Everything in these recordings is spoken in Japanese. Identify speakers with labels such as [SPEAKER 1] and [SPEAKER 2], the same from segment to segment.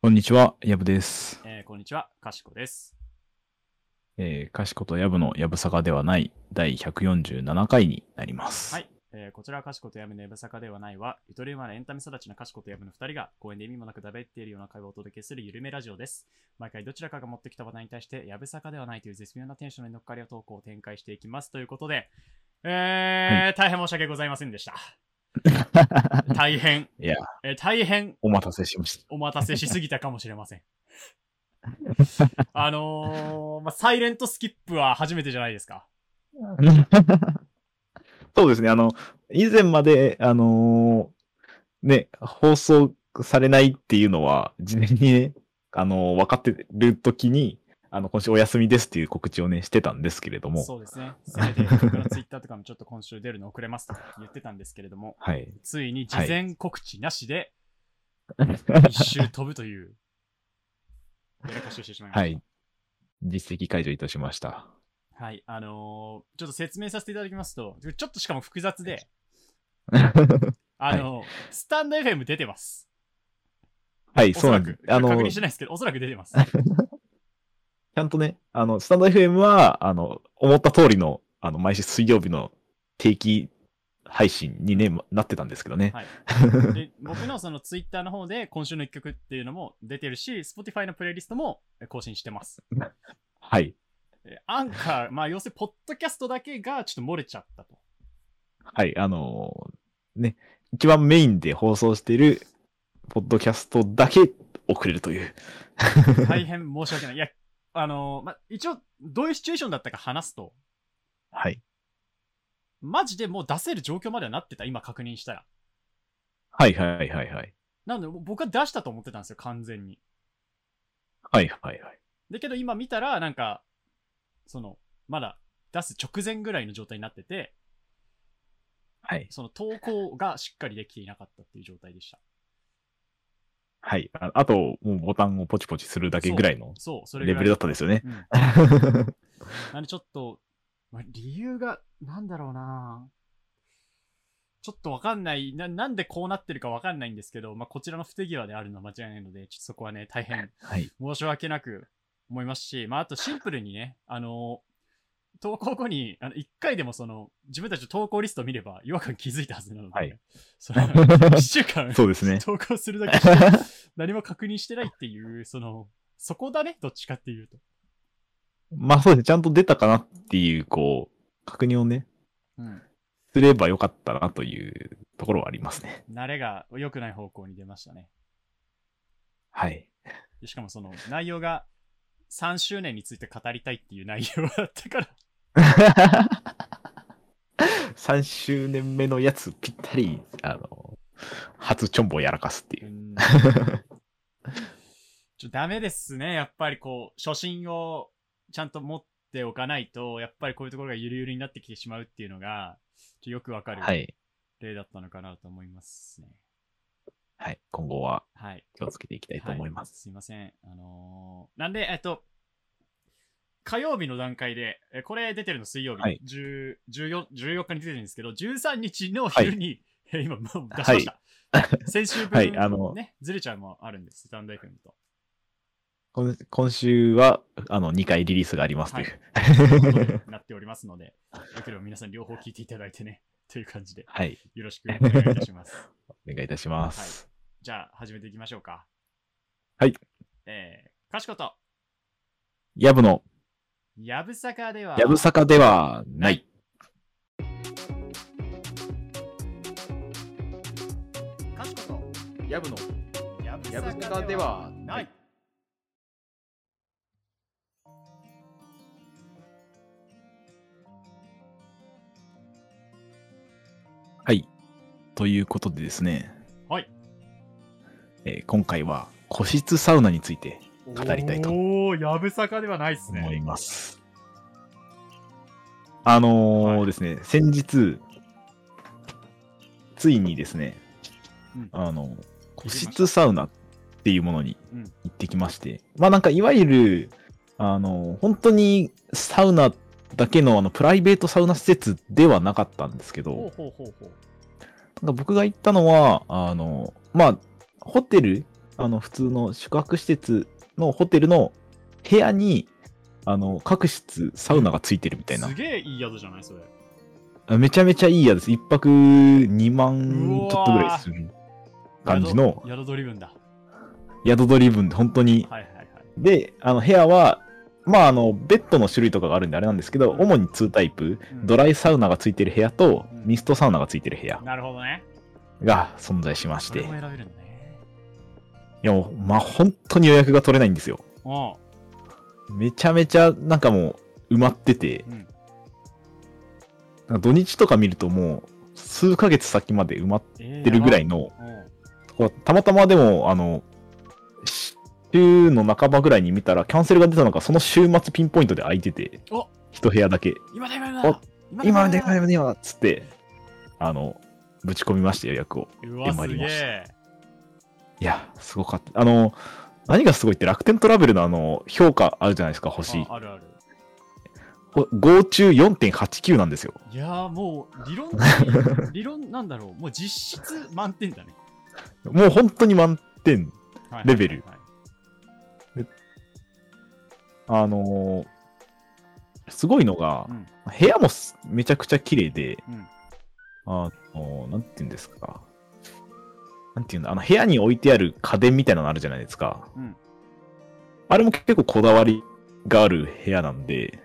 [SPEAKER 1] こんにちは、やぶです。
[SPEAKER 2] えーこんにちは、かしこです。
[SPEAKER 1] えー、かしことやぶのやぶさかではない第147回になります。
[SPEAKER 2] はい。えーこちらはかしことやぶのやぶさかではないは、ゆとり生まれエンタメ育ちのかしことやぶの2人が公園で意味もなくだべっているような会話をお届けするゆるめラジオです。毎回どちらかが持ってきた話題に対して、やぶさかではないという絶妙なテンションの乗っかりを投稿を展開していきますということで、えー大変申し訳ございませんでした。大変、
[SPEAKER 1] いや、
[SPEAKER 2] えー大変
[SPEAKER 1] お待たせしまし
[SPEAKER 2] お待たせしすぎたかもしれま せん。あのーまあ、サイレントスキップは初めてじゃないですか。
[SPEAKER 1] た。そうですね、あの、以前まで、あのーね、放送されないっていうのは、事前にね、あのー分かってる時に、あの、今週お休みですっていう告知をね、してたんですけれども、
[SPEAKER 2] そうですね。せめて僕のツイッターとかもちょっと今週出るの遅れますとか言ってたんですけれ ども、
[SPEAKER 1] はい。
[SPEAKER 2] ついに事前告知なしで一周飛ぶという、やらかしをしてしまいました。
[SPEAKER 1] は
[SPEAKER 2] はい。
[SPEAKER 1] い。実績解除いたしました。
[SPEAKER 2] あのーちょっと説明させていただきますと、ちょっとしかも複雑で、あのースタンド FM 出てます。
[SPEAKER 1] はい、
[SPEAKER 2] お
[SPEAKER 1] そう
[SPEAKER 2] そ
[SPEAKER 1] な
[SPEAKER 2] ら
[SPEAKER 1] んです
[SPEAKER 2] く。。
[SPEAKER 1] あの
[SPEAKER 2] 確
[SPEAKER 1] ー
[SPEAKER 2] 認してないですけど、おそらく出 てます。
[SPEAKER 1] ちゃんとね、あの、スタンド FM は、あの、思った通りの、あの、毎週水曜日の定期配信にね、まなってたんですけどね。
[SPEAKER 2] はいで僕のそのツイッターの方で今週の一曲っていうのも出てるし、Spotify のプレイリストも更新してます。
[SPEAKER 1] はい。
[SPEAKER 2] えアンカー、まあ要するに、ポッドキャストだけがちょっと漏れちゃった と。
[SPEAKER 1] はい。あのーね、一番メインで放送している、ポッドキャストだけ送れるという。
[SPEAKER 2] 大変申し訳ない。いや、あのーまあ一応、どういうシチュエーションだったか話すと、
[SPEAKER 1] はい。
[SPEAKER 2] マジでもう出せる状況まではなってた、今確認したら。
[SPEAKER 1] はいはいはいはい。
[SPEAKER 2] なので、僕は出したと思ってたんですよ、完全に。
[SPEAKER 1] はいはいはい。
[SPEAKER 2] だけど今見たら、なんか、その、まだ出す直前ぐらいの状態になってて、
[SPEAKER 1] はい。
[SPEAKER 2] その投稿がしっかりできていなかったっていう状態でした。
[SPEAKER 1] はい。ああと、もうボタンをポチポチするだけぐらいの
[SPEAKER 2] そう、それぐ
[SPEAKER 1] レ
[SPEAKER 2] ら
[SPEAKER 1] ベ
[SPEAKER 2] い。
[SPEAKER 1] ルだったんですよね。
[SPEAKER 2] うんなんでちょっと、まあ、理由が、なんだろうなちょっとわかんないな、なんでこうなってるかわかんないんですけど、まあ、こちらの不手際であるのは間違いないので、ちょっとそこはね、大変
[SPEAKER 1] はい。
[SPEAKER 2] 申し訳なく思いますし、まあ、あとシンプルにね、あの投稿後に、あの、一回でもその、自分たちの投稿リストを見れば、違和感気づいたはずなので、
[SPEAKER 1] はい
[SPEAKER 2] その、1 週間、
[SPEAKER 1] そうですね。
[SPEAKER 2] 投稿するだけしか何も確認してないっていう、その、そこだね、どっちかっていうと。
[SPEAKER 1] まあそうですね。ちゃんと出たかなっていう、こう、確認をね、
[SPEAKER 2] うん。
[SPEAKER 1] すればよかったなというところはありますね。
[SPEAKER 2] 慣れが良くない方向に出ましたね。
[SPEAKER 1] はい。
[SPEAKER 2] でしかもその内容が3周年について語りたいっていう内容だったから、
[SPEAKER 1] 3周年目のやつぴったり、あの、初チョンボをやらかすっていうう。
[SPEAKER 2] んちょダメですね。やっぱりこう、初心をちゃんと持っておかないと、やっぱりこういうところがゆるゆるになってきてしまうっていうのが、ちょよくわかる
[SPEAKER 1] はい。
[SPEAKER 2] 例だったのかなと思いますね。
[SPEAKER 1] はい。今後は
[SPEAKER 2] はい。
[SPEAKER 1] 気をつけていきたいと思います。
[SPEAKER 2] はすいません。あのーなんで、えっと、火曜日の段階で、えこれ出てるの水曜日、
[SPEAKER 1] はい
[SPEAKER 2] 10 14, 14日に出てるんですけど、13日の昼に、 え今、もう出しました。先週分、
[SPEAKER 1] はいあの
[SPEAKER 2] ね、ずれちゃうもあるんです、スタンド FM と。
[SPEAKER 1] 今今週は、あの、2回リリースがありますという。
[SPEAKER 2] なっておりますので、よければ皆さん両方聞いていただいてね、という感じで、
[SPEAKER 1] はい、
[SPEAKER 2] よろしくお願いいた します。
[SPEAKER 1] お願いいたします。
[SPEAKER 2] じゃあ、始めていきましょうか。
[SPEAKER 1] はい。
[SPEAKER 2] えー、かしこと、
[SPEAKER 1] やぶの、
[SPEAKER 2] やぶさかでは、
[SPEAKER 1] やぶさかではない。
[SPEAKER 2] かしこと、
[SPEAKER 1] やぶの、
[SPEAKER 2] やぶ
[SPEAKER 1] やぶさかでは
[SPEAKER 2] ない。
[SPEAKER 1] はい。ということでですね、
[SPEAKER 2] はい。
[SPEAKER 1] えー今回は個室サウナについて語りたいと
[SPEAKER 2] おー、やぶさかではないっす
[SPEAKER 1] 思
[SPEAKER 2] ね。
[SPEAKER 1] います。あのー
[SPEAKER 2] はい
[SPEAKER 1] ですね、先日、ついにですね、
[SPEAKER 2] うん
[SPEAKER 1] あの、個室サウナっていうものに
[SPEAKER 2] うん
[SPEAKER 1] 行ってきまして、まあなんかいわゆる、あの、本当にサウナだけのあのプライベートサウナ施設ではなかったんですけど、
[SPEAKER 2] ほうほうほうほう。
[SPEAKER 1] なんか僕が行ったのは、あの、まあ、ホテルあの、普通の宿泊施設のホテルの部屋に、あの、各室サウナがついてるみたいな
[SPEAKER 2] す。げえいい宿じゃないそれ。
[SPEAKER 1] めちゃめちゃいいやです。一泊2
[SPEAKER 2] うわ
[SPEAKER 1] 万
[SPEAKER 2] ー
[SPEAKER 1] ちょっとぐらいする感じの
[SPEAKER 2] 宿。宿取り分だ。
[SPEAKER 1] 宿ドリブンで本当に。
[SPEAKER 2] はいはいはい。
[SPEAKER 1] で、あの、部屋は、まあ、あの、ベッドの種類とかがあるんであれなんですけど、主に2タイプ。
[SPEAKER 2] うん
[SPEAKER 1] ドライサウナがついてる部屋と
[SPEAKER 2] うん、
[SPEAKER 1] ミストサウナがついてる部屋
[SPEAKER 2] なるほどね。
[SPEAKER 1] が存在しまし
[SPEAKER 2] そ
[SPEAKER 1] て。
[SPEAKER 2] れ
[SPEAKER 1] い
[SPEAKER 2] も選べるんだね。
[SPEAKER 1] や、もう、まあ、本当に予約が取れないんですよ。
[SPEAKER 2] おう
[SPEAKER 1] めちゃめちゃ、なんかもう、埋まってて、
[SPEAKER 2] うん。
[SPEAKER 1] なんか土日とか見るともう、数ヶ月先まで埋まっ
[SPEAKER 2] え
[SPEAKER 1] てるぐら
[SPEAKER 2] い。
[SPEAKER 1] いの、
[SPEAKER 2] おう
[SPEAKER 1] こうたまたまでも、あの、週の半ばぐらいに見たら、キャンセルが出たのが、その週末ピンポイントで空いてて
[SPEAKER 2] お、
[SPEAKER 1] 一部屋だけ、
[SPEAKER 2] 今だ今だ今だ
[SPEAKER 1] 今
[SPEAKER 2] だ
[SPEAKER 1] で、今で、今だっつって、あの、ぶち込みましたよ、予約を。
[SPEAKER 2] うわ、
[SPEAKER 1] 今あ
[SPEAKER 2] す
[SPEAKER 1] り
[SPEAKER 2] げ
[SPEAKER 1] ました
[SPEAKER 2] え。
[SPEAKER 1] いや、すごかった。あの、何がすごいって、楽天トラベルのあの、評価あるじゃないですか、星。
[SPEAKER 2] ああるある。
[SPEAKER 1] こ5中4.89なんですよ。
[SPEAKER 2] いやーもう理論的 に理論なんだろうもう実質満点だね、
[SPEAKER 1] もう本当に満点。
[SPEAKER 2] はいはいはいはい
[SPEAKER 1] レベルあのーすごいのが
[SPEAKER 2] う、ん
[SPEAKER 1] 部屋もすめちゃくちゃ綺麗で、
[SPEAKER 2] うん
[SPEAKER 1] あの、なんて言うんですか。なんて言うんだ、あの、部屋に置いてある家電みたいなのあるじゃないですか。
[SPEAKER 2] うん
[SPEAKER 1] あれも結構こだわりがある部屋なんで、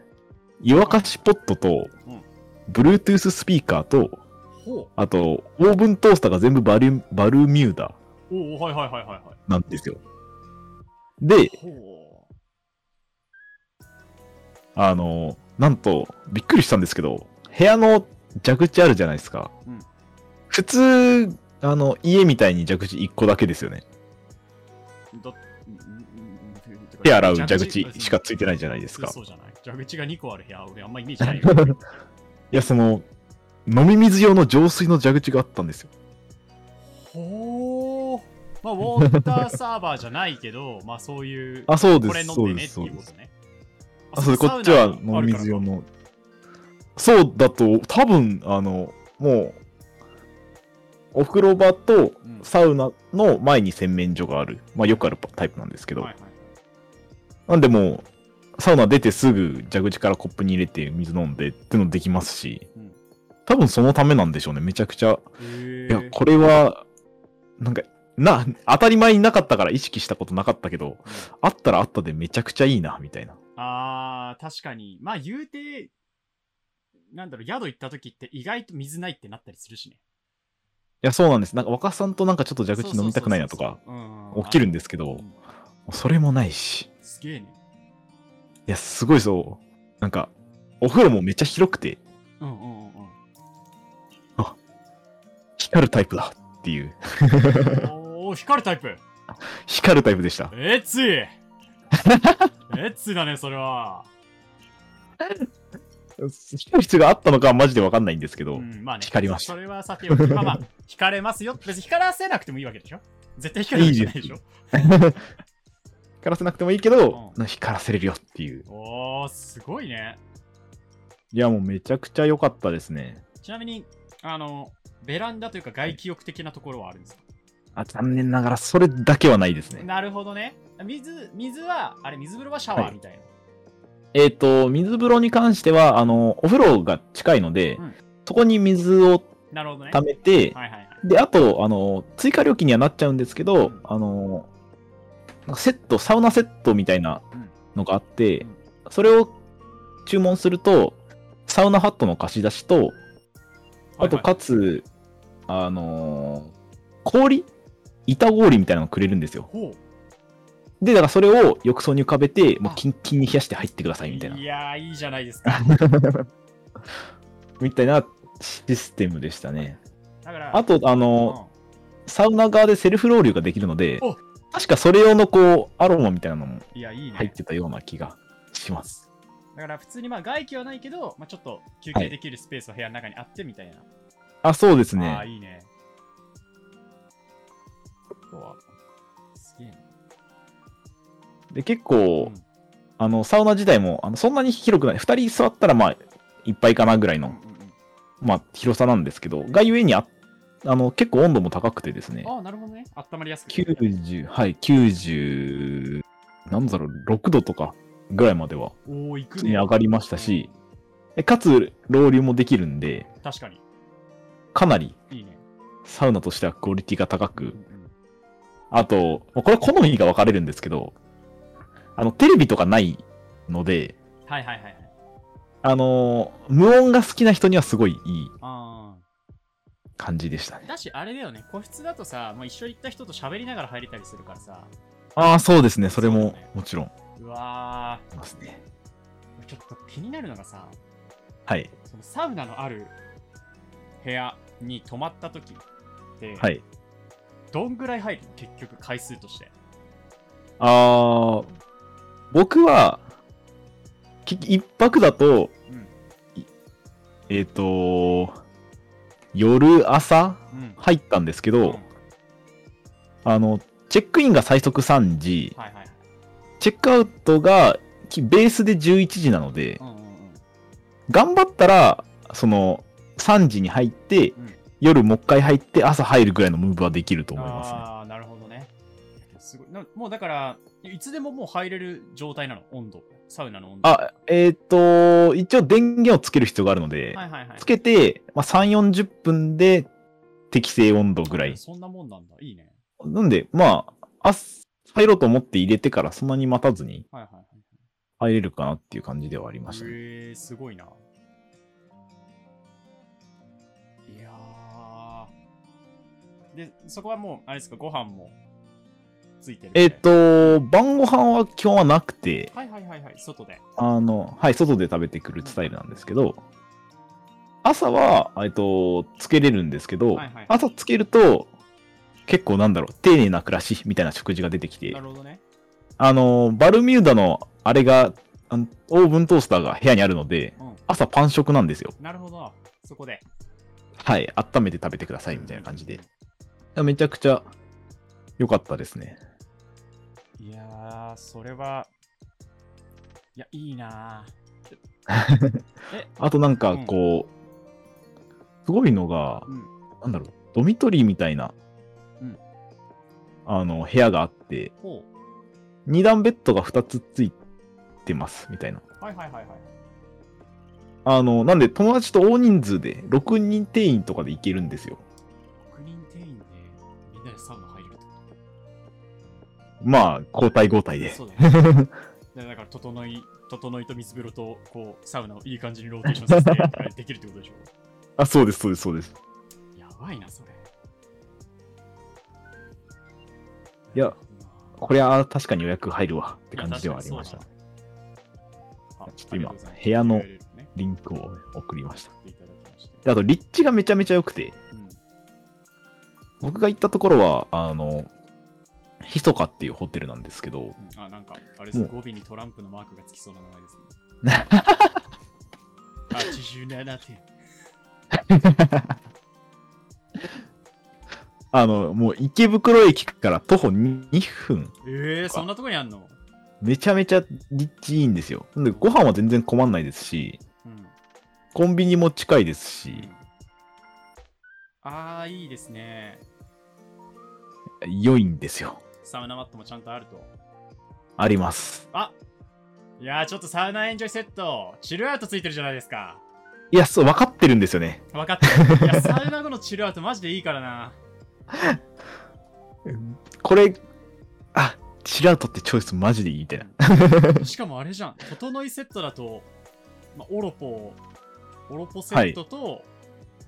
[SPEAKER 1] 湯沸かしポットと
[SPEAKER 2] うん、
[SPEAKER 1] Bluetooth スピーカーと、
[SPEAKER 2] ほ
[SPEAKER 1] あと、オーブントースターが全部バリュバルミューダ
[SPEAKER 2] うおおはいはいはいはいは
[SPEAKER 1] なんですよ。で、
[SPEAKER 2] いほう
[SPEAKER 1] あの、なんと、びっくりしたんですけど、部屋の蛇口あるじゃないですか。
[SPEAKER 2] うん
[SPEAKER 1] 普通、あの、家みたいに蛇口1個だけですよね。
[SPEAKER 2] だうんうんうん
[SPEAKER 1] 手洗う蛇口しかついてないじゃないですか。
[SPEAKER 2] そう
[SPEAKER 1] い
[SPEAKER 2] そうじゃない蛇口が2個ある部屋俺あんまイメージ ないよ
[SPEAKER 1] や、その、飲み水用の浄水の蛇口があったんですよ。
[SPEAKER 2] ほうまあウォーターサーバーじゃないけどまあそういう
[SPEAKER 1] あ、そうで
[SPEAKER 2] これ
[SPEAKER 1] す、
[SPEAKER 2] 飲
[SPEAKER 1] そうん
[SPEAKER 2] で
[SPEAKER 1] で
[SPEAKER 2] ねっ
[SPEAKER 1] す、
[SPEAKER 2] て
[SPEAKER 1] そ
[SPEAKER 2] いうう
[SPEAKER 1] で
[SPEAKER 2] こ
[SPEAKER 1] す。
[SPEAKER 2] とね
[SPEAKER 1] あ、それこっちは飲み水用の。そうだと、多分、あの、もう、お風呂場と
[SPEAKER 2] うん
[SPEAKER 1] サウナの前に洗面所がある。まあ、よくあるタイプなんですけど。
[SPEAKER 2] けはいはい
[SPEAKER 1] なんでもう、サウナ出てすぐ蛇口からコップに入れて水飲んでってのできますし、
[SPEAKER 2] うん
[SPEAKER 1] 多分そのためなんでしょうね、めちゃくちゃ。
[SPEAKER 2] へ
[SPEAKER 1] いや
[SPEAKER 2] ー、
[SPEAKER 1] これは、なんか、な、当たり前になかったから意識したことなかったけど、あったらあったでめちゃくちゃいいな、みたいな。
[SPEAKER 2] あー、確かに。まあ言うて、なんだろう、宿行った時って意外と水ないってなったりするしね。
[SPEAKER 1] いや、そうなんです。なんか若さんとなんかちょっと蛇口飲みたくないなとか、起きるん
[SPEAKER 2] で
[SPEAKER 1] ですけ
[SPEAKER 2] す
[SPEAKER 1] ど、それもないし。
[SPEAKER 2] すげえね。
[SPEAKER 1] いや、すごいそう。なんか、お風呂もめっちゃ広くて、
[SPEAKER 2] うんうんうんうん。
[SPEAKER 1] 光るタイプだっていう、
[SPEAKER 2] おー、光るタイプ
[SPEAKER 1] 光るタイプで した。
[SPEAKER 2] えっ ついえっついだね、それは。
[SPEAKER 1] 光る必要があったのかはマジでわかんないんですけど、
[SPEAKER 2] うん、まあね。
[SPEAKER 1] 光りました
[SPEAKER 2] それはさておき、まあまあ、光れますよ。別に光らせなくてもいいわけでしょ絶対光るわけじゃないでしょ
[SPEAKER 1] 光らせなくてもいいけど、光らせれるよっていう。
[SPEAKER 2] おー、すごいね。
[SPEAKER 1] いや、もうめちゃくちゃ良かったですね。
[SPEAKER 2] ちなみに、あの、ベランダというか外気浴的なところはあるんですか
[SPEAKER 1] あ、残念ながらそれだけはないですね。
[SPEAKER 2] なるほどね。水、水は、あれ、水風呂はシャワ
[SPEAKER 1] は
[SPEAKER 2] ー
[SPEAKER 1] い
[SPEAKER 2] みたいな。
[SPEAKER 1] えっ、と、水風呂に関しては、あの、お風呂が近いので、
[SPEAKER 2] うん
[SPEAKER 1] そこに水を
[SPEAKER 2] なるほどね。
[SPEAKER 1] 溜めて、
[SPEAKER 2] はいはいはい。
[SPEAKER 1] で、あと、あの、追加料金にはなっちゃうんですけど、
[SPEAKER 2] うん
[SPEAKER 1] あの、なんかセット、サウナセットみたいなのがあって、
[SPEAKER 2] うん
[SPEAKER 1] それを注文すると、サウナハットの貸し出しと、あと、
[SPEAKER 2] はいはい
[SPEAKER 1] かつ、あのー氷板氷みたいなのくれるんですよ。
[SPEAKER 2] ほ
[SPEAKER 1] で、だからそれを浴槽に浮かべて、も
[SPEAKER 2] あ
[SPEAKER 1] うキンキンに冷やして入ってくだ
[SPEAKER 2] う
[SPEAKER 1] さいみたいな。
[SPEAKER 2] いやー、いいじゃないですか。
[SPEAKER 1] みたいなシステムでしたね。
[SPEAKER 2] だから、
[SPEAKER 1] あと、あの
[SPEAKER 2] う
[SPEAKER 1] サウナ側でセルフロウリュができるので
[SPEAKER 2] お、
[SPEAKER 1] 確かそれ用のこう、アロマみたいなのも
[SPEAKER 2] んいや、いいね。
[SPEAKER 1] 入ってたような気がします。
[SPEAKER 2] だから、普通に、まあ、外気はないけど、まあ、ちょっと休憩できるスペースは部屋の中にあってみたいな。
[SPEAKER 1] あ、そうです
[SPEAKER 2] ああ、
[SPEAKER 1] ね。
[SPEAKER 2] いいね。すげえな。
[SPEAKER 1] で、結構
[SPEAKER 2] うん、
[SPEAKER 1] あの、サウナ自体も、あのそんなに広くない。二人座ったら、まあ、いっぱいかなぐらいうの
[SPEAKER 2] んうんうん
[SPEAKER 1] まあ、広さなんですけど、がゆえにああの、結構温度も高くてですね、
[SPEAKER 2] ああ、なるほどね。温まりやすく。
[SPEAKER 1] 90、はい、90、なんだろう、6度とかぐらいまでは
[SPEAKER 2] おお、行く
[SPEAKER 1] 普通
[SPEAKER 2] ね。
[SPEAKER 1] に上がりましたし、えかつ、ロウリュもできるんで、
[SPEAKER 2] 確かに。
[SPEAKER 1] かなり
[SPEAKER 2] いいね。
[SPEAKER 1] サウナとしてはクオリティが高く
[SPEAKER 2] う、ん
[SPEAKER 1] あと、これは好みが分かれるんですけど、あの、テレビとかないので、
[SPEAKER 2] はいはいはいはい。
[SPEAKER 1] あのー無音が好きな人にはすごいいい
[SPEAKER 2] あ
[SPEAKER 1] 感じでした
[SPEAKER 2] あ。
[SPEAKER 1] ね。
[SPEAKER 2] だし、あれだよね。個室だとさ、まあ、一緒に行った人と喋りながら入れたりするからさ。
[SPEAKER 1] ああ、そうですね。それ
[SPEAKER 2] そう
[SPEAKER 1] も
[SPEAKER 2] だね
[SPEAKER 1] もちろんあ
[SPEAKER 2] うわ
[SPEAKER 1] りますね。
[SPEAKER 2] ー、ちょっと気になるのがさ、
[SPEAKER 1] はい。
[SPEAKER 2] そのサウナのある部屋に泊まった時って、
[SPEAKER 1] はい。
[SPEAKER 2] どんぐらい入るの結局、回数として。
[SPEAKER 1] ああ、僕は、き一泊だと、
[SPEAKER 2] うん
[SPEAKER 1] いえっ、と夜朝
[SPEAKER 2] うん。
[SPEAKER 1] 入ったんですけ
[SPEAKER 2] うん
[SPEAKER 1] ど、あの、チェックインが最速3時、
[SPEAKER 2] はいはいはい。
[SPEAKER 1] チェックアウトがきベースで11時なので
[SPEAKER 2] う、んうんうん。
[SPEAKER 1] 頑張ったら、その、3時に入って、
[SPEAKER 2] うん
[SPEAKER 1] 夜もう一回入って、朝入るぐらいのムーブはできると思いますね。
[SPEAKER 2] ああ、なるほどね。いやすごいなもうだから、いつでももう入れる状態なの、温度。サウナの温度。
[SPEAKER 1] あ、えっ、と、一応電源をつける必要があるので、
[SPEAKER 2] はいはいはい。
[SPEAKER 1] つけて、まあ、3、40分で適正温度ぐらい。
[SPEAKER 2] そんなもんなんだ。いいね。
[SPEAKER 1] なんで、まあ、あ入ろうと思って入れてからそんなに待たずに
[SPEAKER 2] はいはいはい。
[SPEAKER 1] 入れるかなっていう感じではありましたね。
[SPEAKER 2] へえー、すごいな。いやー。で、そこはもう、あれですか、ご飯もついてる。
[SPEAKER 1] えっ、。と、晩ご飯は基本はなくて、
[SPEAKER 2] はいはいはいはい、外で。
[SPEAKER 1] あの、はい、外で食べてくるスタイルなんですけど、朝は、えっと、つけれるんですけど、
[SPEAKER 2] はいはい
[SPEAKER 1] 朝つけると、結構なんだろう、丁寧な暮らしみたいな食事が出てきて
[SPEAKER 2] な、るほどね。
[SPEAKER 1] あの、バルミューダのあれが、あのオーブントースターが部屋にあるので、
[SPEAKER 2] うん。
[SPEAKER 1] 朝パン食なんですよ。
[SPEAKER 2] なるほど。そこで。
[SPEAKER 1] はい、温めて食べてくださいみたいな感じで。めちゃくちゃ良かったですね。
[SPEAKER 2] いやー、それは。いや、いいな
[SPEAKER 1] あとなんかこう、すごいのが
[SPEAKER 2] ー。、うん。
[SPEAKER 1] なんだろう、ドミトリーみたいな、
[SPEAKER 2] うん
[SPEAKER 1] あの、部屋があって、
[SPEAKER 2] ほ
[SPEAKER 1] 二段ベッドが二つついてます、みたいな。
[SPEAKER 2] う。はいはいはいはい。
[SPEAKER 1] あの、なんで友達と大人数で、6人定員とかで行けるんですよ。
[SPEAKER 2] 6人定員でみんなでサウナ入るってこ
[SPEAKER 1] まあ、交代交代
[SPEAKER 2] と
[SPEAKER 1] で。
[SPEAKER 2] そうだね。 でだから、整い、整いと水風呂と、こう、サウナをいい感じにローテーションさ せてできるってことでしょ。
[SPEAKER 1] あ、そうです、そうです、そうです。
[SPEAKER 2] やばいな、それ。
[SPEAKER 1] いや、これは確かに予約入るわって感じではありました
[SPEAKER 2] い。や。
[SPEAKER 1] ちょっと今
[SPEAKER 2] 確かにそうだねあ
[SPEAKER 1] 部屋の
[SPEAKER 2] ありがとうございます
[SPEAKER 1] リンクを送りました。
[SPEAKER 2] いただきまして
[SPEAKER 1] であと、立地がめちゃめちゃ良くて、
[SPEAKER 2] うん
[SPEAKER 1] 僕が行ったところは、あの、ひそかっていうホテルなんですけど、
[SPEAKER 2] うんあ、なんか、あれですね、語
[SPEAKER 1] も
[SPEAKER 2] 尾にトランプのマークがつきそうな名前ですね。87点。
[SPEAKER 1] あの、もう池袋駅から徒歩2分
[SPEAKER 2] えー、そんなとこにあんの
[SPEAKER 1] めちゃめちゃ立地いいんですよ。で、ご飯は全然困んないですし、
[SPEAKER 2] うん。
[SPEAKER 1] コンビニも近いですし
[SPEAKER 2] うん、あー、いいですね。
[SPEAKER 1] 良いんですよ。
[SPEAKER 2] サウナマットもちゃんとあると。
[SPEAKER 1] あります。
[SPEAKER 2] いやー、ちょっとサウナエンジョイセット、チルアウトついてるじゃないですか。
[SPEAKER 1] いや、そう、分かってるんですよね。
[SPEAKER 2] 分かった。いや、サウナ後のチルアウトマジでいいからな。
[SPEAKER 1] これ、あ、チラウトってチョイスマジでいいみたいな。
[SPEAKER 2] しかもあ れじゃん、整いセットだと、まあ、オロポ、オロポセットと、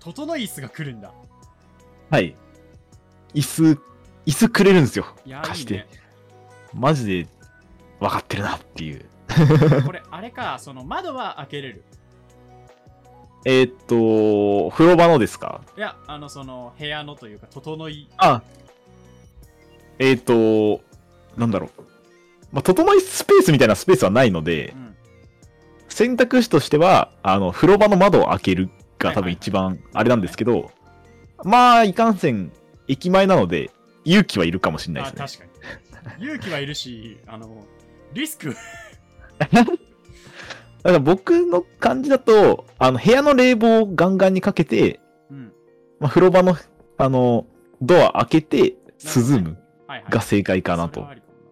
[SPEAKER 2] 整い椅子が来るんだ。
[SPEAKER 1] はい。椅子、椅子くれるんですよ。
[SPEAKER 2] いや
[SPEAKER 1] 貸
[SPEAKER 2] ー、い
[SPEAKER 1] し
[SPEAKER 2] い
[SPEAKER 1] て
[SPEAKER 2] ね。
[SPEAKER 1] マジで分かってるなっていう。
[SPEAKER 2] これ、あれか、その窓は開けれる。
[SPEAKER 1] えーっと、風呂場のですか
[SPEAKER 2] いや、あの、その、部屋のというか、整い、
[SPEAKER 1] あ、えーっと、なんだろう。まあ、整いスペースみたいなスペースはないので
[SPEAKER 2] う、ん、
[SPEAKER 1] 選択肢としては、あの、風呂場の窓を開けるが多
[SPEAKER 2] はいはいはい
[SPEAKER 1] 分一番あれなんですけど、まあ、いかんせん、駅前なので、勇気はいるかもしれない
[SPEAKER 2] あ、
[SPEAKER 1] ですね。
[SPEAKER 2] 確かに。勇気はいるし、あの、リスク、
[SPEAKER 1] だから僕の感じだと、あの、部屋の冷房をガンガンにかけて、
[SPEAKER 2] うん、
[SPEAKER 1] まあ、風呂場のあの、ドア開けて涼む
[SPEAKER 2] はいはい。
[SPEAKER 1] が正解かな
[SPEAKER 2] それ
[SPEAKER 1] と
[SPEAKER 2] はありかもな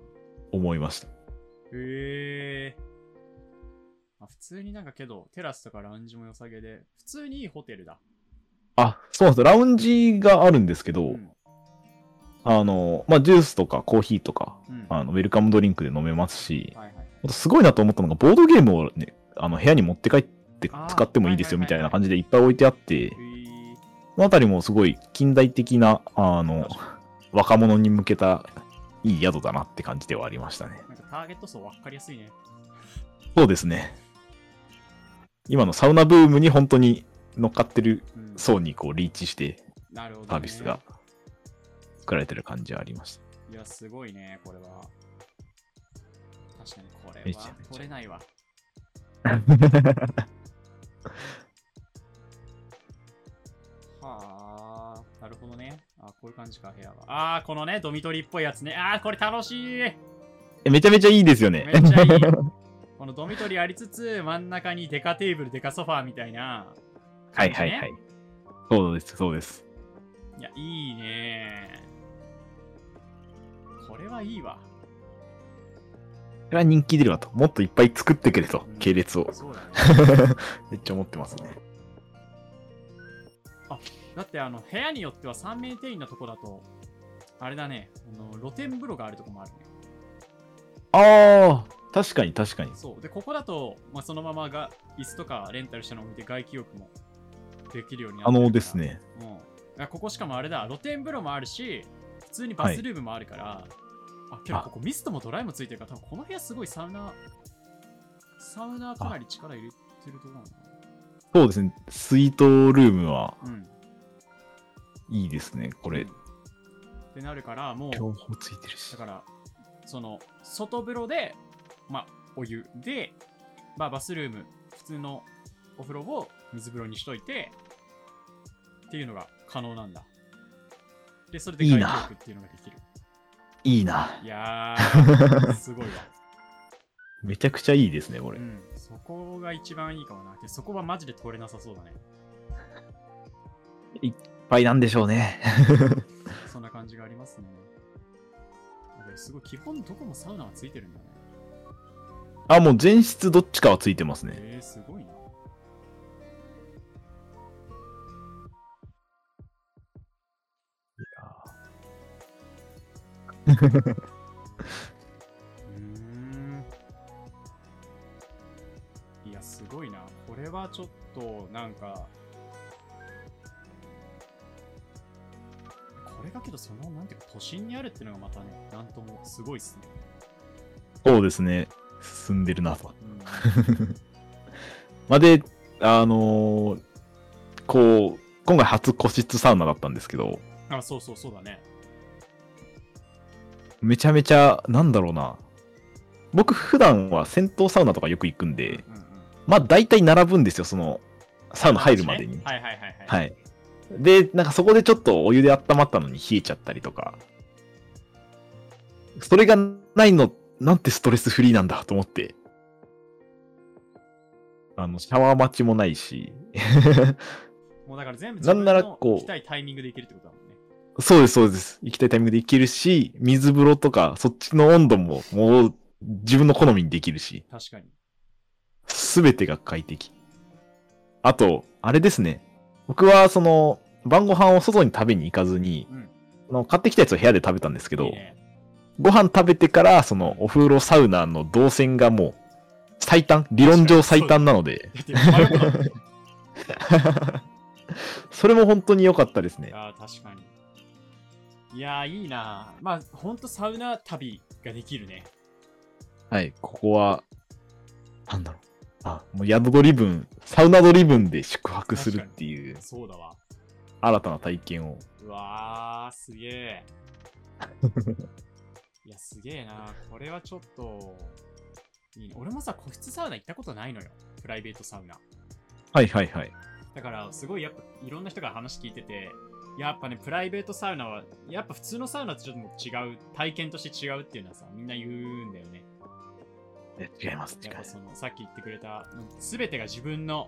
[SPEAKER 1] 思いました。
[SPEAKER 2] へえまあ、普通になんかけど、テラスとかラウンジも良さげで、普通にいいホテルだ。
[SPEAKER 1] あ、そうなんです。ラウンジがあるんですけど、
[SPEAKER 2] うん
[SPEAKER 1] あの、まあ、ジュースとかコーヒーとか、
[SPEAKER 2] うんは
[SPEAKER 1] あの、ウェルカムドリンクで飲めますし
[SPEAKER 2] い、はいはい。
[SPEAKER 1] あとすごいなと思ったのが、ボードゲームをね、あの、部屋に持って帰って
[SPEAKER 2] あー
[SPEAKER 1] 使ってもいいですよ
[SPEAKER 2] は
[SPEAKER 1] み
[SPEAKER 2] いはい
[SPEAKER 1] た
[SPEAKER 2] はいい
[SPEAKER 1] な感じでいっぱい置いてあって、
[SPEAKER 2] へー
[SPEAKER 1] このあたりもすごい近代的な、あの、若者に向けたいい宿だなって感じではありましたね。
[SPEAKER 2] なんかターゲット層分かりやすいね。
[SPEAKER 1] そうですね。今のサウナブームに本当に乗っかってる
[SPEAKER 2] うん、
[SPEAKER 1] 層にこうリーチして
[SPEAKER 2] なるほど、ね。
[SPEAKER 1] サービスが。作られてる感じはあり ました。
[SPEAKER 2] いや、すごいね、これは。確かにこれ
[SPEAKER 1] めちゃ
[SPEAKER 2] は
[SPEAKER 1] めちゃ
[SPEAKER 2] 取れないわ。はあ、なるほどね。あこういう感じか、部屋は。ああ、このね、ドミトリーっぽいやつね。ああ、これ楽しい。
[SPEAKER 1] えめちゃめちゃいいですよ
[SPEAKER 2] め
[SPEAKER 1] ね。
[SPEAKER 2] っちゃいい。 このドミトリーありつつ、真ん中にデカテーブル、デカソファーみたいな。
[SPEAKER 1] はいはいはい。そうです、そうです。
[SPEAKER 2] いや、いいね。これはいいわ。
[SPEAKER 1] これは人気出るわと。もっといっぱい作ってくれと
[SPEAKER 2] うん、
[SPEAKER 1] 系列 を。
[SPEAKER 2] そうだね。
[SPEAKER 1] めっちゃ思ってますね。
[SPEAKER 2] だって、あの、部屋によっては3名定員のとこだと、あれだね、あの露天風呂があるとこもあるね。
[SPEAKER 1] ああ、確かに確かに。
[SPEAKER 2] そう。で、ここだと、まあ、そのままが椅子とかレンタルしたのを見て、外気浴もできるようにな
[SPEAKER 1] あ
[SPEAKER 2] ってるから
[SPEAKER 1] のです。ね、
[SPEAKER 2] うんあ、ここしかもあれだ、露天風呂もあるし、普通にバスルームもあるから、あ、けどここミストもドライもついてるから、多分この部屋すごいサウナ、サウナかなり力入れてるとこなのか
[SPEAKER 1] そうですね、スイートルームは
[SPEAKER 2] な。うん。
[SPEAKER 1] いいですね、こ
[SPEAKER 2] う
[SPEAKER 1] れ
[SPEAKER 2] ん。ってなるから、もう、
[SPEAKER 1] 両方ついてるし
[SPEAKER 2] だ。から、その、外風呂で、まあ、お湯で、まあ、バスルーム、普通のお風呂を水風呂にしといて、っていうのが可能なんだ。で、それで
[SPEAKER 1] いい
[SPEAKER 2] 外
[SPEAKER 1] な
[SPEAKER 2] 気浴っていうのができる。
[SPEAKER 1] いいな。
[SPEAKER 2] いや ー、すごいわ。
[SPEAKER 1] めちゃくちゃいいですね、こ
[SPEAKER 2] う
[SPEAKER 1] れ。
[SPEAKER 2] ん、そこが一番いいかもな。で、そこはマジで通れなさそうだね。
[SPEAKER 1] いっぱいなんでしょうね。
[SPEAKER 2] そんな感じがありますね。だけどすごい、基本どこもサウナはついてるんだね。
[SPEAKER 1] あ、もう全室どっちかはついてますね。
[SPEAKER 2] えー、すごいな。うーんいや、すごいな。これはちょっと、なんか、これがけど、その、なんていうか、都心にあるっていうのがまたね、なんともすごいっすね。
[SPEAKER 1] そうですね、進んでるなと。
[SPEAKER 2] うん、
[SPEAKER 1] まあで、あのーこう、今回初個室サウナだったんですけど、
[SPEAKER 2] あ、そうそうそうだね。
[SPEAKER 1] めちゃめちゃ、なんだろうな。僕普段は銭湯サウナとかよく行くんで、
[SPEAKER 2] うんうん、
[SPEAKER 1] まあ大体並ぶんですよ、その、サウナ入るまでに。
[SPEAKER 2] はいはいはいはい。、
[SPEAKER 1] はいい。で、なんかそこでちょっとお湯で温まったのに冷えちゃったりとか、それがないの、なんてストレスフリーなんだと思って、あの、シャワー待ちもないし、
[SPEAKER 2] もうだから全部
[SPEAKER 1] なんならこう
[SPEAKER 2] 行きたいタイミングで行けるってことだもんね。
[SPEAKER 1] そうです、そうです。行きたいタイミングで行けるし、水風呂とか、そっちの温度も、もう、自分の好みにできるし、
[SPEAKER 2] 確かに。
[SPEAKER 1] すべてが快適。あと、あれですね。僕は、その、晩ご飯を外に食べに行かずに、
[SPEAKER 2] うん
[SPEAKER 1] あの買ってきたやつを部屋で食べたんですけど、
[SPEAKER 2] いいね、
[SPEAKER 1] ご飯食べてから、その、お風呂サウナの動線がもう、最短、理論上最短なので、
[SPEAKER 2] だ って真横だもんね
[SPEAKER 1] それも本当に良かったです
[SPEAKER 2] い
[SPEAKER 1] ね。
[SPEAKER 2] やー確かに。いやー、いいなまあ、ほんとサウナ旅ができるね。
[SPEAKER 1] はい、ここは、なんだろう。あ、もう宿取り分、サウナ取り分で宿泊するっていう、
[SPEAKER 2] そうだわ。
[SPEAKER 1] 新たな体験を。
[SPEAKER 2] うわー、す げえ。いや、すげえなこれはちょっと、いいね。俺もさ、個室サウナ行ったことないのよ。プライベートサウナ。
[SPEAKER 1] はいはいはい。
[SPEAKER 2] だから、すごいやっぱ、いろんな人から話聞いてて、やっぱね、プライベートサウナは、やっぱ普通のサウナとちょっともう違う、体験として違うっていうのはさ、みんな言うんだよね。
[SPEAKER 1] え違います、違
[SPEAKER 2] や
[SPEAKER 1] い
[SPEAKER 2] っ
[SPEAKER 1] ま
[SPEAKER 2] ぱ
[SPEAKER 1] す。
[SPEAKER 2] そのさっき言ってくれた全てが自分の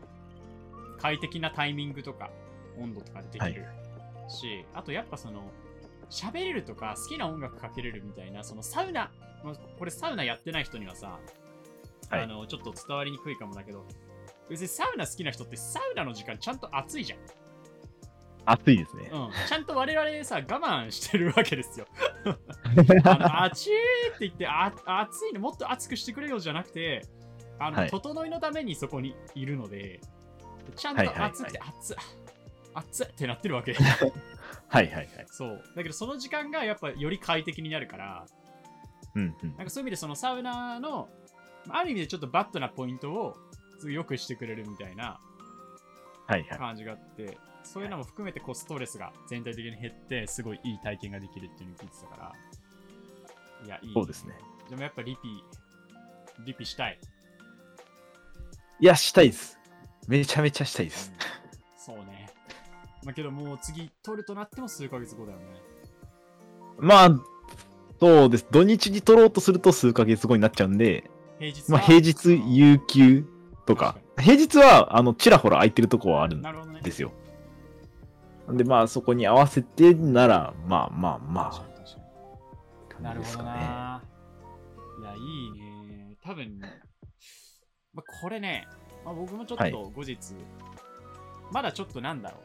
[SPEAKER 2] 快適なタイミングとか温度とかでできる、し、あとやっぱその、喋れるとか好きな音楽かけれるみたいな、そのサウナ、まあこれサウナやってない人にはさ、
[SPEAKER 1] はい
[SPEAKER 2] あの、ちょっと伝わりにくいかもだけど、別にサウナ好きな人ってサウナの時間ちゃんと暑いじゃん。
[SPEAKER 1] 暑い ですね。
[SPEAKER 2] うん、ちゃんと我々さ、我慢してるわけで すよ。あの、あちーって言って、あ暑いの、もっと暑くしてくれよじゃなくて、あの、
[SPEAKER 1] はい
[SPEAKER 2] 整いのためにそこにいるので、ちゃん
[SPEAKER 1] はいはい
[SPEAKER 2] と
[SPEAKER 1] はい
[SPEAKER 2] 暑くて、暑っ、暑っってなってるわけ。
[SPEAKER 1] はいはいはい。
[SPEAKER 2] そう。だけど、その時間がやっぱより快適になるから、
[SPEAKER 1] うんうん。
[SPEAKER 2] なんかそういう意味で、そのサウナの、ある意味でちょっとバッドなポイントを、すごい良くしてくれるみたいな
[SPEAKER 1] はいはい。
[SPEAKER 2] 感じがあって、そういうのも含めてこうストレスが全体的に減って、すごいいい体験ができるっていうのを聞いてたから、いや、いい。
[SPEAKER 1] そうですね。
[SPEAKER 2] でもやっぱリピ、リピしたい。
[SPEAKER 1] いや、したいです。めちゃめちゃしたいです。
[SPEAKER 2] そうね。まあけどもう次取るとなっても数ヶ月後だよね。
[SPEAKER 1] まあ、そうです。土日に取ろうとすると数ヶ月後になっちゃうんで、
[SPEAKER 2] 平日
[SPEAKER 1] ま
[SPEAKER 2] は
[SPEAKER 1] あ平日有給とか、平日は、あの、ちらほら空いてるとこはあるん
[SPEAKER 2] なるほどね。
[SPEAKER 1] ですよ。で、まあそこに合わせてなら、まあまあ
[SPEAKER 2] 確
[SPEAKER 1] ま
[SPEAKER 2] かに確かに
[SPEAKER 1] あ、感
[SPEAKER 2] な
[SPEAKER 1] じ
[SPEAKER 2] る
[SPEAKER 1] で
[SPEAKER 2] ほ
[SPEAKER 1] す
[SPEAKER 2] ど
[SPEAKER 1] か
[SPEAKER 2] な。いや、いいね。多分、まあ、これね、まあ、僕もちょっ
[SPEAKER 1] はい
[SPEAKER 2] と後日、まだちょっとなんだろう。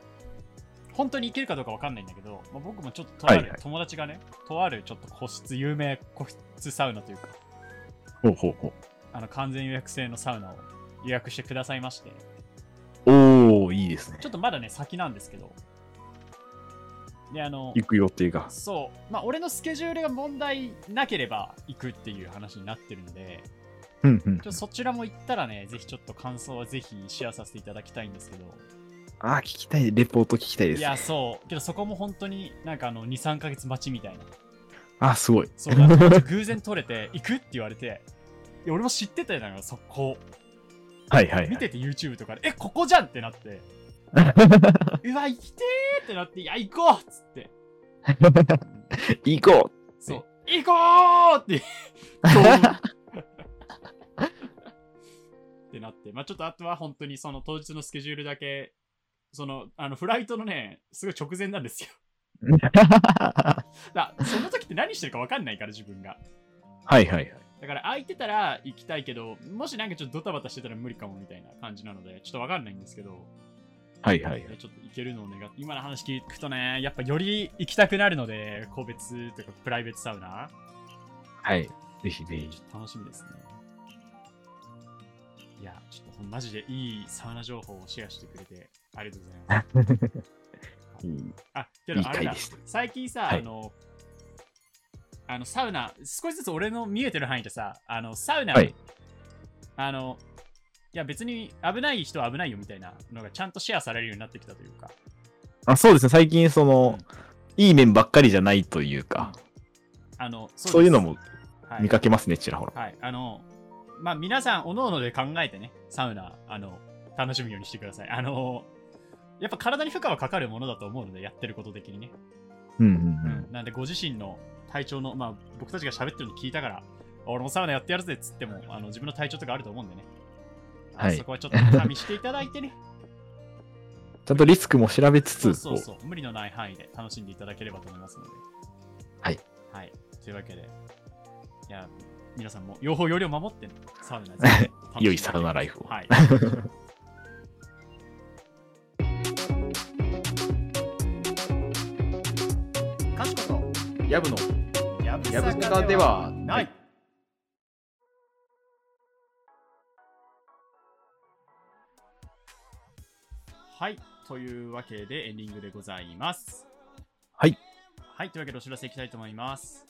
[SPEAKER 2] 本当に行けるかどうかわかんないんだけど、まあ、僕もちょっととある、
[SPEAKER 1] はいはい
[SPEAKER 2] 友達がね、とあるちょっと個室、有名個室サウナというか、
[SPEAKER 1] ね。ほうほうほう。
[SPEAKER 2] あの完全予約制のサウナを予約してくださいまして、
[SPEAKER 1] おー、いいですね
[SPEAKER 2] ち。ょっとまだね、先なんですけど。で、あの、
[SPEAKER 1] 行く予定が。
[SPEAKER 2] そう、まあ、俺のスケジュールが問題なければ行くっていう話になってるんで、
[SPEAKER 1] うんうん
[SPEAKER 2] ちょっ。とそちらも行ったらね、ぜひちょっと感想はぜひシェアさせていただきたいんですけど、
[SPEAKER 1] あー、聞きたい。レポート聞きたいで
[SPEAKER 2] い
[SPEAKER 1] す。
[SPEAKER 2] や、そう、けどそこも本当になんかあの2、3ヶ月待ちみたいな、
[SPEAKER 1] あー、すごい。
[SPEAKER 2] そうだから偶然取れて、行くって言われて、いや俺も知ってたよ、そこ。
[SPEAKER 1] はいはい、はい。
[SPEAKER 2] 見てて YouTube とかで、え、ここじゃんってなって、うわ、行きてーってなって、いや、行こうっつって。
[SPEAKER 1] 行こ
[SPEAKER 2] そう。行 こうって。ってなって、まあちょっとあとは本当にその当日のスケジュールだけ、その、あの、フライトのね、すごい直前なんですよ。
[SPEAKER 1] うは
[SPEAKER 2] だその時って何してるか分かんないから、自分が。
[SPEAKER 1] い はい。
[SPEAKER 2] だから空いてたら行きたいけど、もしなんかちょっとドタバタしてたら無理かもみたいな感じなので、ちょっと分かんないんですけど、
[SPEAKER 1] はいはいはい。
[SPEAKER 2] ちょっと行けるのを願って、今の話聞くとね、やっぱより行きたくなるので、個別というかプライベートサウナ、
[SPEAKER 1] はい。ぜひぜ
[SPEAKER 2] ちょ
[SPEAKER 1] ひ。
[SPEAKER 2] っと楽しみですね。いや、ちょっとマジでいいサウナ情報をシェアしてくれてありがとうござい ます。あ、け
[SPEAKER 1] いい
[SPEAKER 2] どあれ
[SPEAKER 1] 回
[SPEAKER 2] だ
[SPEAKER 1] で、した。
[SPEAKER 2] 最近さ、
[SPEAKER 1] はい
[SPEAKER 2] あの、あのサウナ、少しずつ俺の見えてる範囲でさ、あのサウナ、
[SPEAKER 1] はい
[SPEAKER 2] あの、いや別に危ない人は危ないよみたいなのがちゃんとシェアされるようになってきたというか、
[SPEAKER 1] あ、そうですね。最近、その、いい面ばっかりじゃないというか、
[SPEAKER 2] あの、
[SPEAKER 1] そう
[SPEAKER 2] です
[SPEAKER 1] いうのも
[SPEAKER 2] はい
[SPEAKER 1] 見かけますね、ちらほら。
[SPEAKER 2] はい、あの、まあ、皆さん、おのおので考えてね、サウナ、あの、楽しむようにしてください。あの、やっぱ体に負荷はかかるものだと思うので、やってること的にね。
[SPEAKER 1] うんうん
[SPEAKER 2] う
[SPEAKER 1] うん
[SPEAKER 2] ん。なんで、ご自身の体調の、まあ、僕たちが喋ってるの聞いたから、俺もサウナやってやるぜっつっても、あの自分の体調とかあると思うんでね。あ
[SPEAKER 1] はい
[SPEAKER 2] そこはちょっと加味していただい てね。
[SPEAKER 1] ちゃんとリスクも調べつ
[SPEAKER 2] そう
[SPEAKER 1] つ、
[SPEAKER 2] そう
[SPEAKER 1] こ
[SPEAKER 2] そう。無理のない範囲で楽しんでいただければと思いますので。
[SPEAKER 1] はい。
[SPEAKER 2] はい。というわけで、いや、皆さんも、用法用量守ってね、サウナぜ
[SPEAKER 1] う
[SPEAKER 2] ひ
[SPEAKER 1] 良いサウナライフを。
[SPEAKER 2] はい。かしこ
[SPEAKER 1] やぶの、
[SPEAKER 2] と、や ぶ。
[SPEAKER 1] やぶさかではない
[SPEAKER 2] はい。というわけで、エンディングでございます。
[SPEAKER 1] はい。
[SPEAKER 2] はい。というわけで、お知らせいきたいと思います。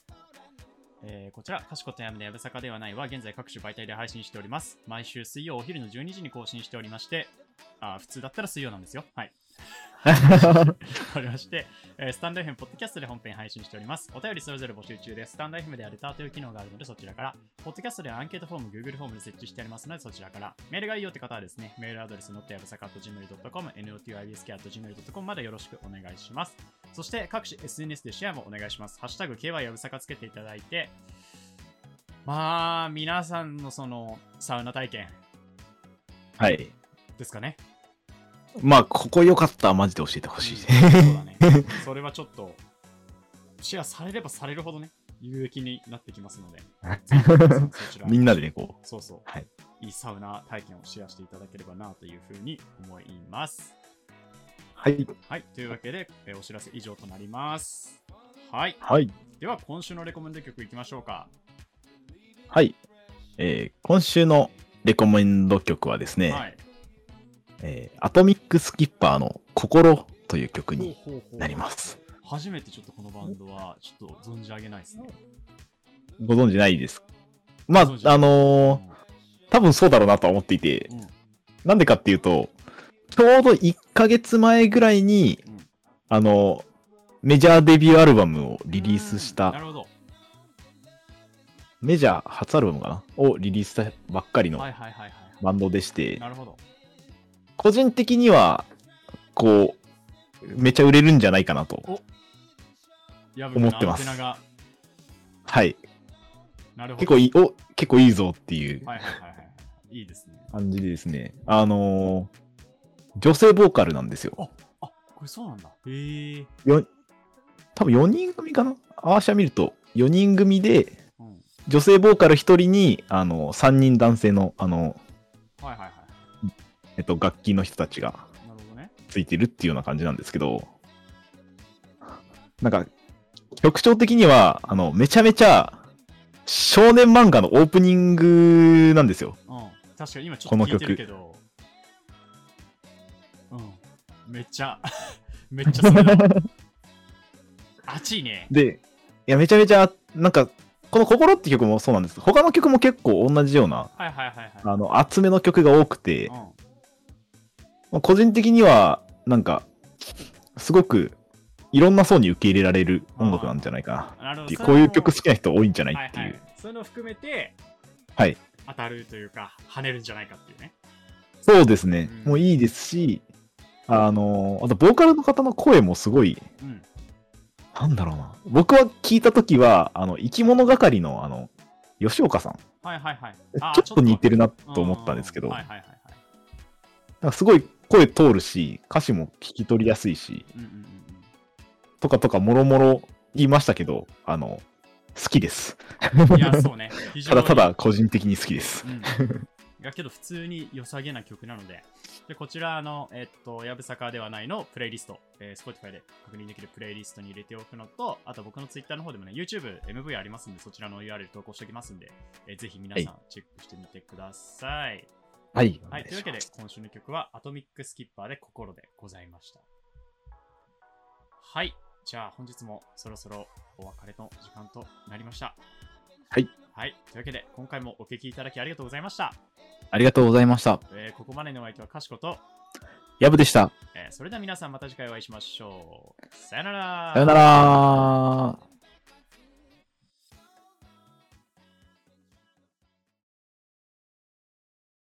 [SPEAKER 2] えーこちら、かしことやむのやぶさかではないは、現在各種媒体で配信しております。毎週水曜お昼の12時に更新しておりまして、あー、普通だったら水曜なんですよ。はい。おりまして、えースタンド FM、ポッドキャストで本編配信しております。お便りそれぞれ募集中です。スタンド FM ではレターという機能があるのでそちらから、ポッドキャストではアンケートフォーム、Google フォームで設置してありますのでそちらから、メールがいいよって方はですね、メールアドレス、not やぶさか .gmail.com、notibsk.gmail.com までよろしくお願いします。そして、各種 SNS でシェアもお願いします。ハッシュタグ、KY やぶさかつけていただいて、まあ、皆さんのその、サウナ体験
[SPEAKER 1] はい。
[SPEAKER 2] ですかね。
[SPEAKER 1] まあ、ここ良かったらマジで教えて ほしい。
[SPEAKER 2] うんそうだね。 それはちょっと、シェアされればされるほどね、有益になってきます ので、そちら
[SPEAKER 1] みんなでね、こう。
[SPEAKER 2] そうそう、
[SPEAKER 1] はい、
[SPEAKER 2] いいサウナ体験をシェアしていただければなというふうに思います。
[SPEAKER 1] はい。
[SPEAKER 2] はい、というわけで、えーお知らせ以上となります。はい、
[SPEAKER 1] はい。
[SPEAKER 2] では今週のレコメンド曲いきましょうか。
[SPEAKER 1] はい。えー今週のレコメンド曲はですね、
[SPEAKER 2] はい。
[SPEAKER 1] えーアトミックスキッパーの心という曲
[SPEAKER 2] ほう
[SPEAKER 1] に
[SPEAKER 2] ほうほう
[SPEAKER 1] なります。
[SPEAKER 2] 初めてちょっとこのバンドはちょっと存じ上げないですね。
[SPEAKER 1] ご存知ないですま
[SPEAKER 2] ご存知
[SPEAKER 1] あ、あのー多分そうだろうなとは思っていて、
[SPEAKER 2] うんうん
[SPEAKER 1] なんでかっていうと、ちょうど1ヶ月前ぐらいに、
[SPEAKER 2] うん
[SPEAKER 1] あの、メジャーデビューアルバムをリリースし
[SPEAKER 2] うんな
[SPEAKER 1] た、
[SPEAKER 2] るほど。
[SPEAKER 1] メジャー初アルバムかなをリリースしたばっかりの
[SPEAKER 2] はいはいはいはいは
[SPEAKER 1] バンドでして
[SPEAKER 2] い。、なるほど。
[SPEAKER 1] 個人的には、こう、めちゃ売れるんじゃないかなと。
[SPEAKER 2] やぶ
[SPEAKER 1] 思ってます
[SPEAKER 2] アンテナが
[SPEAKER 1] はい。
[SPEAKER 2] なるほど。
[SPEAKER 1] 結構いい、お、結構いいぞっていう
[SPEAKER 2] はいはいはいはい。いいですね。
[SPEAKER 1] 感じでですね。あのー女性ボーカルなんですよ。
[SPEAKER 2] あこれそうなんだ。へえ。
[SPEAKER 1] よ、多分4人組かなアーシャ見ると4人組で、
[SPEAKER 2] うん。はい
[SPEAKER 1] 女性ボーカル1人に、あの、3人男性の、あの、
[SPEAKER 2] はいは
[SPEAKER 1] えっと、楽器の人たちが
[SPEAKER 2] い。なるほどね。
[SPEAKER 1] ついてるっていうような感じなんですけど、なんか、曲調的には、あの、めちゃめちゃ、少年漫画のオープニングなんですよ。
[SPEAKER 2] うん。確かに今ちょ
[SPEAKER 1] こ
[SPEAKER 2] っと
[SPEAKER 1] の
[SPEAKER 2] 聞いて
[SPEAKER 1] 曲
[SPEAKER 2] るけど。うん。めっちゃ、 めっちゃそ れだ。熱いね。
[SPEAKER 1] で、いや、めちゃめちゃ、なんか、この心って曲もそうなんですけど他の曲も結構同じような、
[SPEAKER 2] はいはいはいは
[SPEAKER 1] あの、厚めの曲が多くて
[SPEAKER 2] い。、うん。
[SPEAKER 1] まあ個人的には、なんか、すごく、いろんな層に受け入れられる音楽なんじゃないか
[SPEAKER 2] なる
[SPEAKER 1] なっ
[SPEAKER 2] ほ
[SPEAKER 1] てい
[SPEAKER 2] ど。
[SPEAKER 1] う。こういう曲
[SPEAKER 2] そ
[SPEAKER 1] 好きな人多いんじゃな
[SPEAKER 2] れ
[SPEAKER 1] い
[SPEAKER 2] もは
[SPEAKER 1] っていう。
[SPEAKER 2] はそういうのを含めて、
[SPEAKER 1] はい。
[SPEAKER 2] 当たるというか、跳ねるんじゃないかっていうね。
[SPEAKER 1] そうですね。
[SPEAKER 2] うん
[SPEAKER 1] もういいですし、あのー、あと、ボーカルの方の声もすごい、
[SPEAKER 2] うん。
[SPEAKER 1] なんだろうな。僕は聞いたときは、あの、生き物係の、あの、吉岡さん。
[SPEAKER 2] はいはいはい。あー
[SPEAKER 1] ちょっと似て
[SPEAKER 2] る
[SPEAKER 1] るなと思ったんですけど、
[SPEAKER 2] はい
[SPEAKER 1] な
[SPEAKER 2] はいはいはい。
[SPEAKER 1] んかすごい声通るし、歌詞も聞き取りやすいし、
[SPEAKER 2] うんうんうんうん。
[SPEAKER 1] とかとかもろもろ言いましたけど、あの、好きです。
[SPEAKER 2] いや、そうね。非常
[SPEAKER 1] た
[SPEAKER 2] に
[SPEAKER 1] だただ個人的に好きです
[SPEAKER 2] う。ん。 だけど、普通に良さげな曲なので、でこちら、あの、えっと、やぶさかではないのプレイリスト、えー、Spotify で確認できるプレイリストに入れておくのと、あと僕の Twitter の方でもね、YouTube、MV ありますんで、そちらの URL 投稿しておきますんで、えーぜひ皆さんチェックしてみてください。
[SPEAKER 1] はい。
[SPEAKER 2] はい、というわけで、今週の曲は、アトミックスキッパーで心でございました。はい、じゃあ本日もそろそろお別れの時間となりました。
[SPEAKER 1] はい。
[SPEAKER 2] はい、というわけで、今回もお聞きいただきありがとうございました。
[SPEAKER 1] ありがとうございました。
[SPEAKER 2] えーここまでのお相手はかしこと、
[SPEAKER 1] ヤブでした。
[SPEAKER 2] えーそれでは皆さんまた次回お会いしましょう。さよなら
[SPEAKER 1] さよなら。